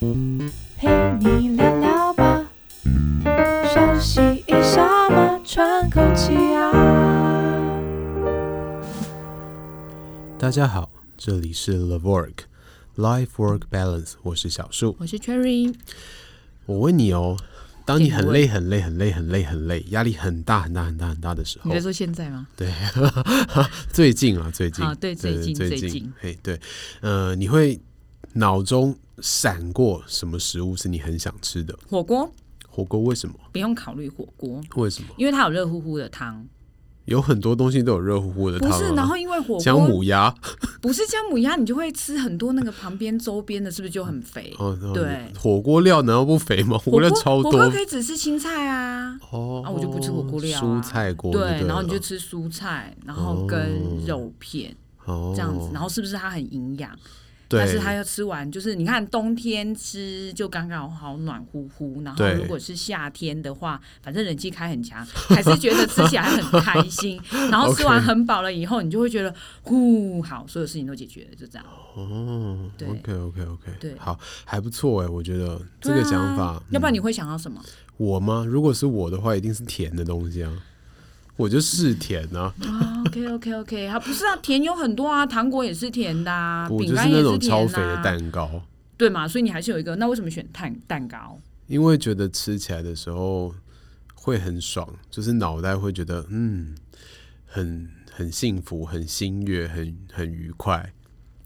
陪你聊聊吧，休息一下嘛，喘口气啊。大家好，这里是 The Work Life Work Balance，我是小树。我是 Cherry，我问你哦，当你请很问累、很累、很累、很累、很累，压力很大、很大、很大、很大的时你候在，说现在吗？对， 最近啊，最近啊对最近最最近近，嘿，对，呃，你会脑中闪过什么食物是你很想吃的？火锅火锅为什么？不用考虑火锅，为什么？因为它有热乎乎的汤。有很多东西都有热乎乎的汤、不啊，是，然后因为火姜锅母鸭，不是姜母鸭，你就会吃很多那个旁边周边的，是不是就很肥？哦，然后对火锅料难道不肥吗？火火锅锅料超火锅多可以只吃青菜啊，哦啊，我就不吃火锅料、啊，蔬菜锅就对，然后你就了吃蔬菜，然后跟肉片哦这样子，然后是不是它很营养？对，但是它要吃完，就是你看冬天吃就刚刚好暖乎乎，然后对如果是夏天的话，反正冷气开很强，还是觉得吃起来很开 心。然后吃完 OK 很饱了以后，你就会觉得呼好，所有事情都解决了，就这样。哦对，OK OK OK，对好，还不错哎，我觉得这个对啊想法，要不然嗯你会想 要什么？我吗？如果是我的话，一定是甜的东西啊，我就试甜啊，啊，OK OK OK，它不是啊，甜有很多啊，糖果也是甜的啊，我饼就是干也那种甜超啊，肥的蛋糕，对嘛？所以你还是有一个，那为什么选蛋蛋糕？因为觉得吃起来的时候会很爽，就是脑袋会觉得嗯，很很幸福，很心悦，很很愉快。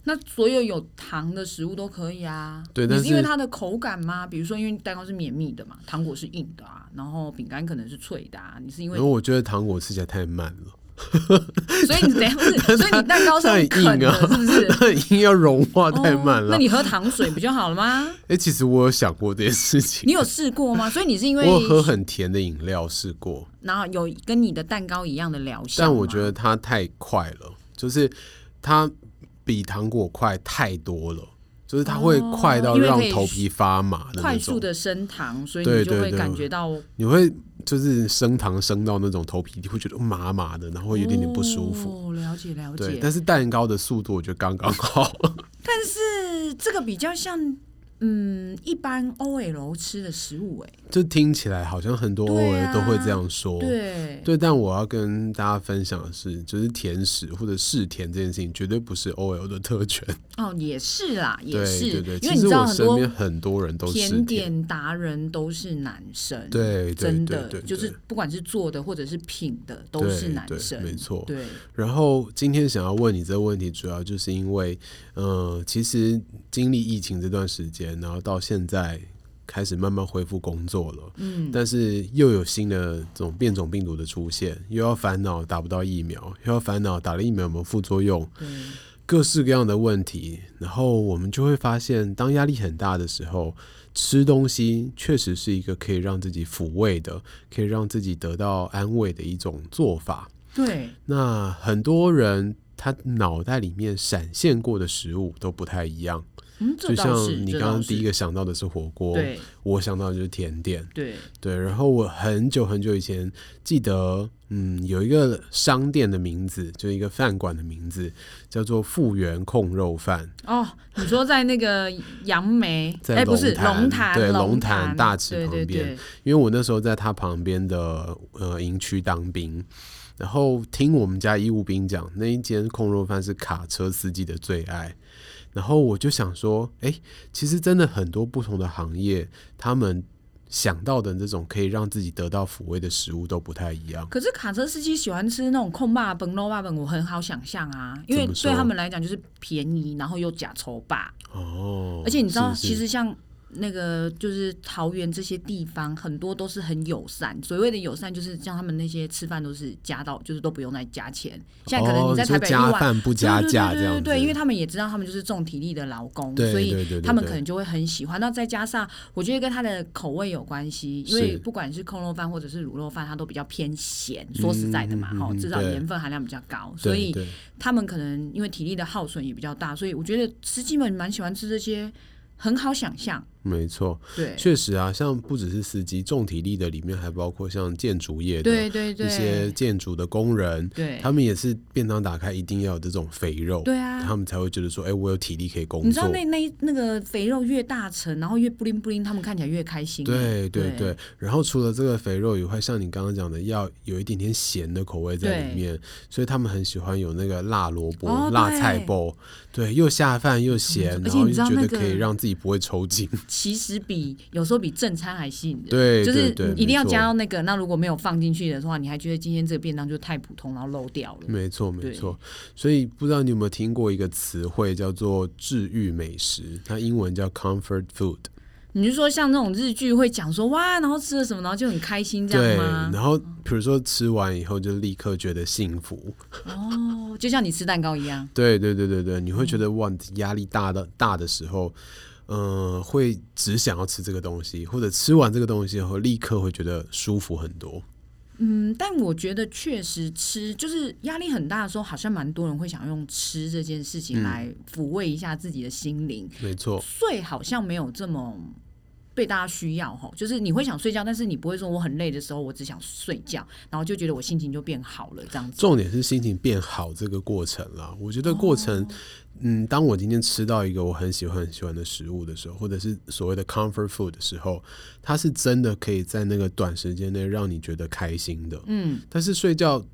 那所有有糖的食物都可以啊。对你但是因为是它的口感吗？比如说，因为蛋糕是绵密的嘛，糖果是硬的啊，然后饼干可能是脆的啊。你是因为然，后我觉得糖果吃起来太慢了， 所以你等一下不 是，所以你蛋糕是用啃的，它是不是？ 那已经要融化啊太慢哦了。那哎、你喝糖水不就好了 吗？其实我有想过这件事情，你有试过吗？所以你是因我为有喝很甜的饮料试过，然后有跟你的蛋糕一样的疗效吗，但我觉得它太快了，就是它比糖果快太多了，就是它会快到哦因为让可以头皮发麻的那快速种，的升糖，所以对你就对会对感觉到你会就是升糖升到那种头皮会觉得麻麻的，然后会有一点点不舒服。哦，了解了对解，。但是蛋糕的速度我觉得刚刚好， 但是这个比较像。嗯，一般 OL 吃的食物、哎，就听起来好像很多偶对尔啊都会这样说。对，对，但我要跟大家分享的是，就是甜食或者试甜这件事情，绝对不是 OL 的特权。哦，也是啦，也对是，对对，因其为你实知道我很身多边很多人都是甜点达人都是男生，，对，对真对的对对就是不管是做的或者是品的都是对男对生，没错对，然后今天想要问你这个问题，主要就是因为，呃，其实经历疫情这段时间，然后到现在开始慢慢恢复工作了，嗯，但是又有新的这种变种病毒的出现，又要烦恼打不到疫苗，又要烦恼打了疫苗有没有副作用，对，各式各样的问题，然后我们就会发现，当压力很大的时候，吃东西确实是一个可以让自己抚慰的，可以让自己得到安慰的一种做法。对，那很多人他脑袋里面闪现过的食物都不太一样，嗯，就这像倒是，你这刚倒刚是第一，个想到的是火锅，对我想到的就是甜点，对，对，然后我很久很久以前记得，嗯，有一个商店的名字，就是一个饭馆的名字，叫做复原控肉饭，哦，你说在那个杨 梅，在哎，不是龙潭龙潭，对龙龙潭大直对对旁边对，因为我那时候在他旁边的呃营区当兵，然后听我们家义务兵讲，那一间控肉饭是卡车司机的最爱。然后我就想说，哎，其实真的很多不同的行业，他们想到的这种可以让自己得到抚慰的食物都不太一样。可是卡车司机喜欢吃那种控霸本、肉霸本，我很好想象啊，因为怎么说对他们来讲就是便宜，然后又假丑霸。哦，而且你知道，是其是实像那个就是桃园这些地方，很多都是很友善。所谓的友善，就是像他们那些吃饭都是加到，就是都不用再加钱。现在可能哦在说台北一加碗。饭不加对对价对这对样对子，对，因为他们也知道他们就是重体力的劳工，对所对以对对他们对可能就会很喜欢。那再加上，我觉得跟他的口味有关系，因是为不管是空肉饭或者是卤肉饭，它都比较偏咸。说实在的嘛，嗯嗯哈、嗯至少对盐分含量比较高，对所以对他们可能因为体力的耗损也比较大，所以我觉得司机们蛮喜欢吃这些，很好想象。没错，对，确实啊，像不只是司机，重体力的里面还包括像建筑业的对对对，一些建筑的工人，对，他们也是便当打开一定要有这种肥肉，对啊他们才会觉得说，哎、我有体力可以工作。你知道那那那个肥肉越大层，然后越布灵布灵，他们看起来越开心。对对对对，然后除了这个肥肉以外，像你刚刚讲的，要有一点点咸的口味在里对面，所以他们很喜欢有那个辣萝卜、哦辣对菜包，对，又下饭又咸，而然且后你又知道觉那得个可以让自己不会抽筋，其实比有时候比正餐还吸引人。对，就对是对你一定要没错加到那个，那如果没有放进去的话，你还觉得今天这个便当就太普通，然后漏掉了。没错，没对错。所以不知道你有没有听过一个词汇叫做治愈美食，它英文叫 comfort food。你是说像那种日剧会讲说哇，然后吃了什么，然后就很开心这对，样吗？嗯然后比如说吃完以后就立刻觉得幸福。哦，就像你吃蛋糕一样，对对对对对，你会觉嗯得哇，你压力大的大的时候，嗯，会只想要吃这个东西，或者吃完这个东西以后立刻会觉得舒服很多。嗯，但我觉得确实吃就是压力很大的时候，好像蛮多人会想用吃这件事嗯情来抚慰一下自己的心灵。没错，睡好像没有这么被大家需要哈，就是你会想睡觉，但是你不会说我很累的时候我只想睡觉，然后就觉得我心情就变好了这样子。重点是心情变好这个过程啦。我觉得过程，哦嗯，当我今天吃到一个我很喜欢很喜欢的食物的时候，或者是所谓的 comfort food 的时候，它是真的可以在那个短时间内让你觉得开心的。嗯，但是睡觉。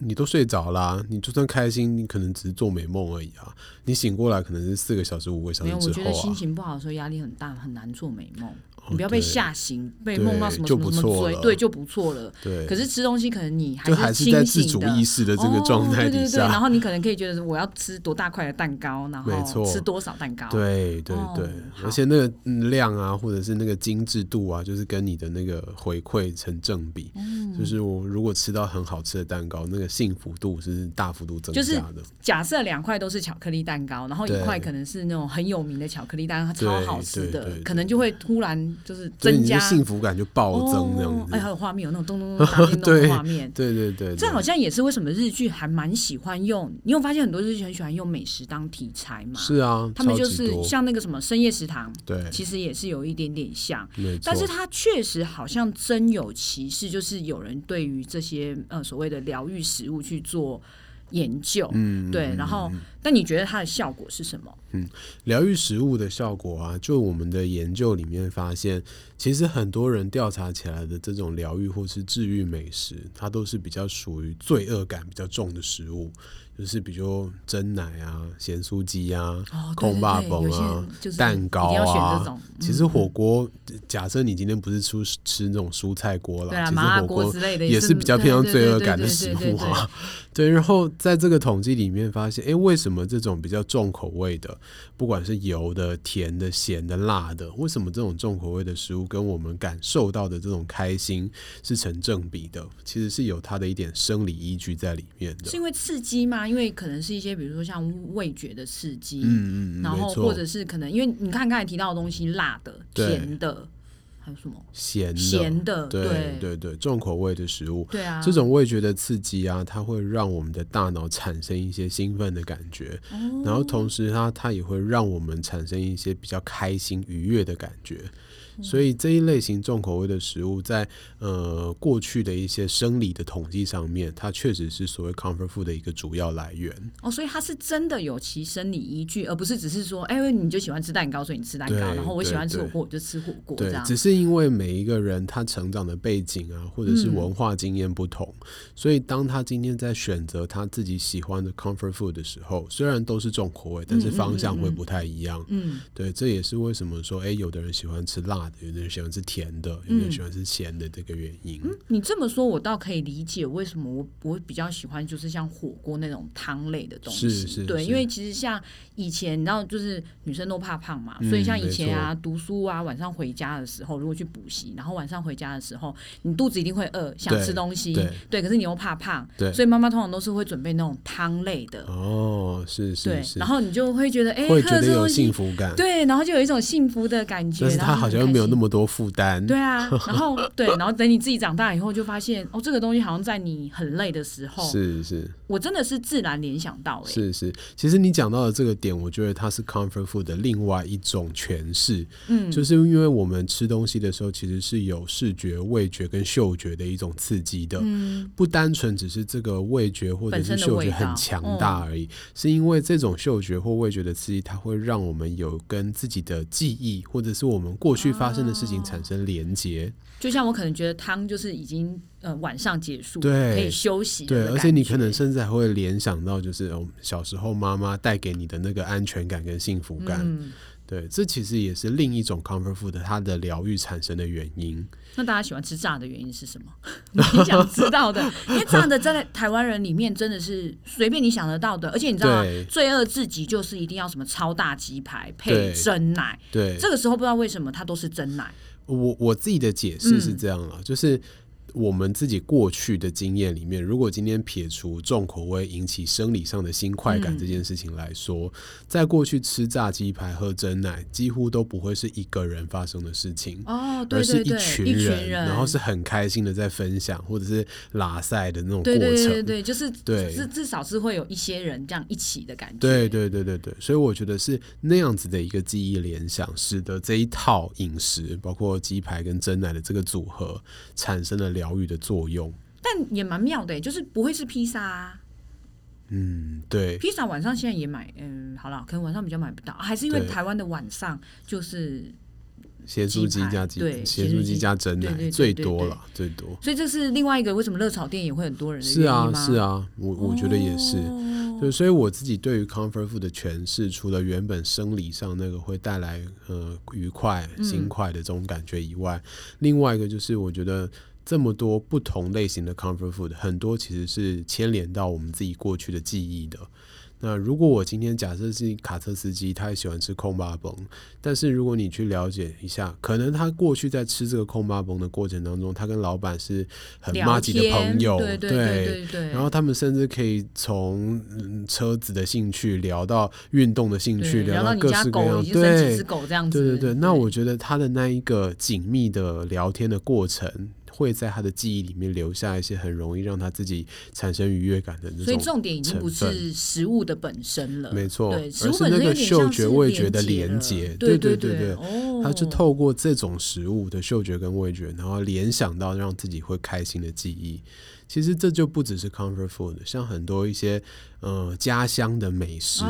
你都睡着啦、你就算开心，你可能只是做美梦而已啊。你醒过来可能是四个小时、五个小没有，我时之觉后得啊心，情不好的时候压力很大，很难做美梦。哦你不要被对吓醒，被对梦到什么就什么不什错么追了，对就不错了。对，可是吃东西可能你就还是清在自醒主的。意识的这个状态哦、对底对对，然下，后你可能可以觉得我要吃多大块的蛋糕，然没错后吃多少蛋糕，对对哦对，而好且那个嗯量啊，或者是那个精致度啊，就是跟你的那个回馈成正比。嗯就是我如果吃到很好吃的蛋糕，那个幸福度是大幅度增就是加的。假设两块都是巧克力蛋糕，然后对一块可能是那种很有名的巧克力蛋糕，它对超好吃对对的对，可能就会突然就是所以增你的加幸福感就暴增这哦样，子。哎，还有画面有那种咚咚咚打电动 对的画面。对对对，这对好像也是为什么日剧还蛮喜欢用，你有发现很多日剧很喜欢用美食当题材嘛？是啊，他们超就级是多像那个什么深夜食堂，对，其实也是有一点点像。没错但。是它确实好像真有其事，就是有人对于这些呃所谓的疗愈食物去做研究，嗯，对。然后，那你觉得它的效果是什么？疗愈食物的效果啊，就我们的研究里面发现，其实很多人调查起来的这种疗愈或是治愈美食，它都是比较属于罪恶感比较重的食物，就是比如蒸奶啊、咸酥鸡啊、哦，对空霸对对，崩有些啊人、就是蛋糕一定要选这啊种。。其实火锅，假设你今天不是出吃那种蔬菜锅对啦，啊，其实麻辣火锅锅之类的也是是比较偏向对罪恶对对感的对食对对物对啊。 对，然后在这个统计里面发现，诶，为什么这种比较重口味的，不管是油的、甜的、咸的、辣的，为什么这种重口味的食物跟我们感受到的这种开心是成正比的？其实是有它的一点生理依据在里面的是。因为刺激吗？因为可能是一些比如说像味觉的刺激，嗯嗯嗯，然没后或错，者是可能因为你看刚才提到的东西，辣的、对甜的，还有什么咸的，咸的，对对对，重口味的食物。对啊，这种味觉的刺激啊，它会让我们的大脑产生一些兴奋的感觉，然后同时它它也会让我们产生一些比较开心愉悦的感觉。所以这一类型重口味的食物在，呃过去的一些生理的统计上面，它确实是所谓 comfort food 的一个主要来源。哦，所以它是真的有其生理依据，而不是只是说，哎、你就喜欢吃蛋糕，所以你吃蛋糕；对然后我喜欢吃对火锅，我就吃火锅这对，样只。是因为每一个人他成长的背景啊，或者是嗯文化经验不同，所以当他今天在选择他自己喜欢的 comfort food 的时候，虽然都是重口味，但是方向会不太一样。嗯，对，这也是为什么说，哎，有的人喜欢吃辣的，有的人喜欢吃甜的，有的嗯人喜欢吃咸的这个原因。你这么说，我倒可以理解为什么我我比较喜欢就是像火锅那种汤类的东西。是是对，是因为其实像以前，你知道，就是女生都怕胖嘛，所以嗯像以没前啊，读书啊，晚上回家的时候，如果去补习，然后晚上回家的时候，你肚子一定会饿，想对吃东西，对可是你又怕胖，对所以妈妈通常都是会准备那种汤类的。哦，是对是，是然，后你就会觉得，哎、会喝觉得这有东西幸福感。对，然后就有一种幸福的感觉。但是然它后好就像又很没有那么。么多负担。 对 啊，然后对，然后等你自己长大以后，就发现哦，这个东西好像在你很累的时候，是是我真的是自然联想到哎、是是，其实你讲到的这个点，我觉得它是 comfort food 的另外一种诠释，嗯，就是因为我们吃东西的时候，其实是有视觉、味觉跟嗅觉的一种刺激的，嗯，不单纯只是这个味觉或者是嗅觉很强嗯大而已，是因为这种嗅觉或味觉的刺激，它会让我们有跟自己的记忆或者是我们过去发生的事啊情产生连结。就像我可能觉得汤就是已经呃晚上结束，对可以休息了对，的而且你感觉可能甚至还会联想到，就是哦小时候妈妈带给你的那个安全感跟幸福感。嗯，对，这其实也是另一种 comfort food 它的疗愈产生的原因。那大家喜欢吃炸的原因是什么？ 你想知道的，因为炸的在台湾人里面真的是随便你想得到的，而且你知道吗对？罪恶至极就是一定要什么超大鸡排对配真奶，对，这个时候不知道为什么它都是真奶，我我自己的解释嗯是这样了，就是我们自己过去的经验里面，如果今天撇除重口味引起生理上的新快感嗯这件事情来说，在过去吃炸鸡排、喝真奶，几乎都不会是一个人发生的事情。哦，而对是对一对，群一人，群然后是很开心的在分享，或者是拉塞的那种过对程。对对对对，就是对至至少是会有一些人这样一起的感觉。对对对对对，所以我觉得是那样子的一个记忆联想，使得这一套饮食，包括鸡排跟真奶的这个组合，产生了疗愈的作用。但也蛮妙的，欸就是不会是披萨、啊，嗯，对，披萨晚上现在也买，嗯，好了，可能晚上比较买不到，还是因为对台湾的晚上就是，咸酥鸡加鸡鸡排对咸酥鸡加真咸酥奶鸡最对对对多了，最多。所以这是另外一个为什么热炒店也会很多人的是原啊因，吗？哦是，啊，我我觉得也是。对，所以我自己对于 comfort food 的诠释，除了原本生理上那个会带来呃愉快、嗯新快的这种感觉以外，另外一个就是我觉得这么多不同类型的 comfort food，很多其实是牵连到我们自己过去的记忆的。那如果我今天假设是卡车司机，他也喜欢吃空巴崩，但是如果你去了解一下，可能他过去在吃这个空巴崩的过程当中，他跟老板是很聊骂级的天，朋友，对对对对对，然后他们甚至可以从、嗯、车子的兴趣聊到运动的兴趣，对聊到你各家式各狗样。已经生几对只，狗这样子，对对对。那我觉得他的那一个紧密的聊天的过程，会在他的记忆里面留下一些很容易让他自己产生愉悦感的那所以种。重点已经不是食物的本身了，没错对，食而物是本身那个有点像嗅觉是味觉的连连结结了对对对对对对哦，他就透过这种食物的嗅觉跟味觉，然后联想到让自己会开心的记忆。其实这就不只是 comfort food，像很多一些呃家乡的美食，哦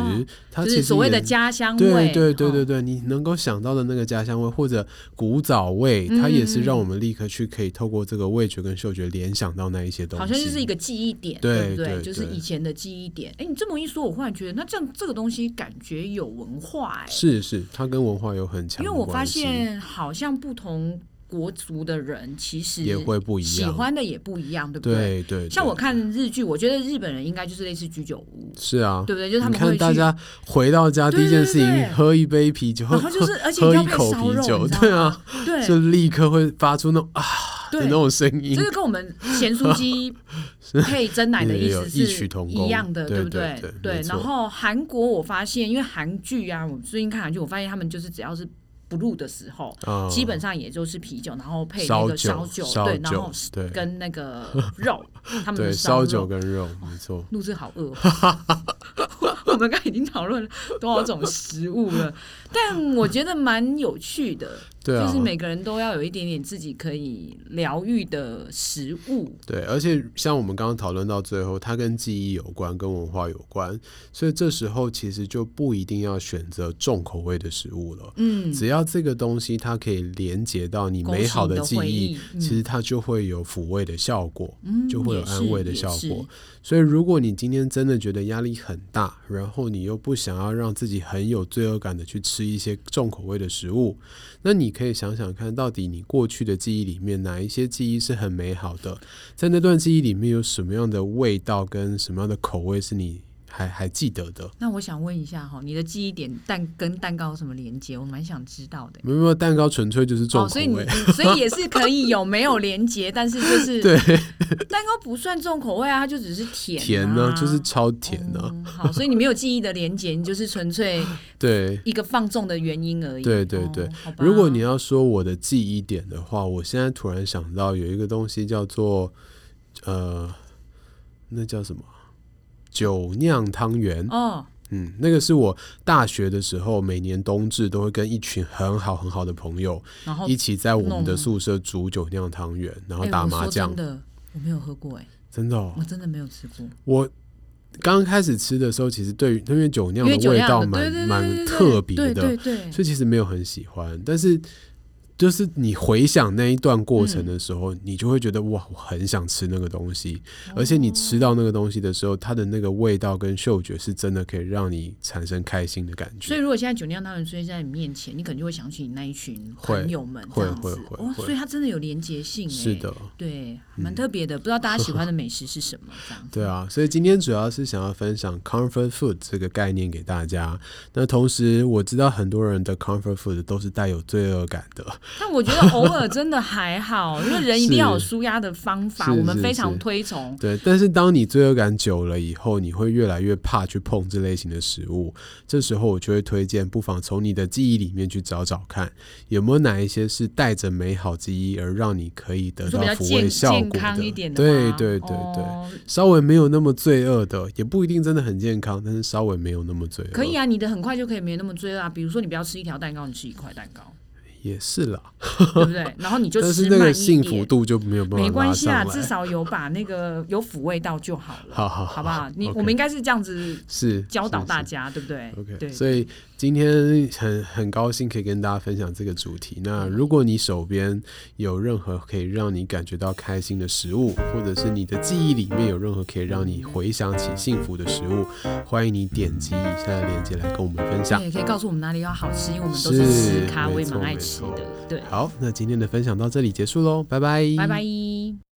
它就其实是所谓的也家乡对味，对对对哦对，你能够想到的那个家乡味或者古早味，它也是嗯让我们立刻去可以透过这个味觉跟嗅觉联想到那一些东西。好像就是一个记忆点，对不对对？就是对以前的记忆点。哎，你这么一说，我忽然觉得，那这样这个东西感觉有文化哎、是是，它跟文化有很强因为的我发关系，现好像不同国族的人其实也会不一喜样。欢的也不一样，对不对？对对，像对我看日剧，我觉得日本人应该就是类似居酒屋，是啊，对不对？就是他你们会看去，大家回到家第对一件对事对情，对喝一杯啤酒，然后就是而且喝要一配口烧啤肉酒，你知道对啊，对就立刻会发出那种啊的对那，种声音这。个跟我们咸 酥鸡配真奶的意也有思异曲是同工一样的，对不对对没错然后韩国我发现，因为韩剧啊，我最近看韩剧，我发现他们就是只要是不录的时候。啊基本上也就是啤酒，然后配那个烧烧酒酒，烧对，然酒后对跟那个 肉，他们对的烧酒肉。跟肉，没错。录制好饿哦， 我们刚才已经讨论了多少种食物了，但我觉得蛮有趣的，对啊就是每个人都要有一点点自己可以疗愈的食物，对，而且像我们刚刚讨论到最后，它跟记忆有关，跟文化有关，所以这时候其实就不一定要选择重口味的食物了。嗯，只要这个东西它可以连接到你美好记勾起忆你的回，忆嗯其实它就会有抚慰的效果，嗯就会有安慰的效也是也果是。所以，如果你今天真的觉得压力很大，然后你又不想要让自己很有罪恶感的去吃一些重口味的食物，那你可以想想看，到底你过去的记忆里面哪一些记忆是很美好的，在那段记忆里面有什么样的味道跟什么样的口味是你还还记得的。那我想问一下哈，你的记忆点蛋跟蛋糕有什么连接？我蛮想知道的。没有没有，蛋糕纯粹就是重哦，口所以你味，你所以也是可以有没有连接，但是就 是对，蛋糕不算重口味啊，它就只是甜、啊，甜呢、就是超甜啊呢、嗯好，所以你没有记忆的连接，你就是纯粹对，一个放纵的原因而已。对对对哦好吧如果你要说我的记忆点的话，我现在突然想到有一个东西叫做呃，那叫什么酒酿汤圆。哦，嗯，那个是我大学的时候，每年冬至都会跟一群很好很好的朋友然后一起在我们的哦弄宿舍煮酒酿汤圆，然后哎打我说麻将真。的，我没有喝过哎、真的、哦我，真的没有吃过。我刚开始吃的时候，其实对于因为酒酿因为的酒味酿道的蛮对对对对蛮对特别的，对对对，所以其实没有很喜欢，但是就是你回想那一段过程的时候，你就会觉得哇，我很想吃那个东西，哦而且你吃到那个东西的时候，它的那个味道跟嗅觉是真的可以让你产生开心的感所以觉。如果现在酒酿汤圆出现在你面前，你可能就会想起你那一群朋友们会这样子会。会哦，会所以它真的有连结性哎、是，的，嗯对，蛮特别的。不知道大家 喜欢的美食是什么？这样对啊，所以今天主要是想要分享 comfort food 这个概念给大家。那同时，我知道很多人的 comfort food 都是带有罪恶感的，但我觉得偶尔真的还好，因为人一定要有舒压的方是法，我们是非是常推崇。对，但是当你罪恶感久了以后，你会越来越怕去碰这类型的食物。这时候我就会推荐，不妨从你的记忆里面去找找看，有没有哪一些是带着美好记忆而让你可以得你到说比较抚慰健效健果康一点的对吗，对对对，哦稍微没有那么罪恶的，也不一定真的很健康，但是稍微没有那么罪恶，可以啊，你的很快就可以没那么罪恶啊。比如说，你不要吃一条蛋糕，你吃一块蛋糕，也是啦。对不对？然后你就 但是吃那慢个一幸福点，度就没有办没法拉关系上来。啊，至少有把那个有抚慰到就好了，好好好不好？你 OK 我们应该是这样子是教导是大是家，对不对 OK，对，所以今天很很高兴可以跟大家分享这个主题。那如果你手边有任何可以让你感觉到开心的食物，或者是你的记忆里面有任何可以让你回想起幸福的食物，欢迎你点击以下的链接来跟我们分享对，。也可以告诉我们哪里要好吃，因为我们都是是吃咖，没我也蛮错爱没吃错的，对，好，那今天的分享到这里结束喽，拜拜，拜拜。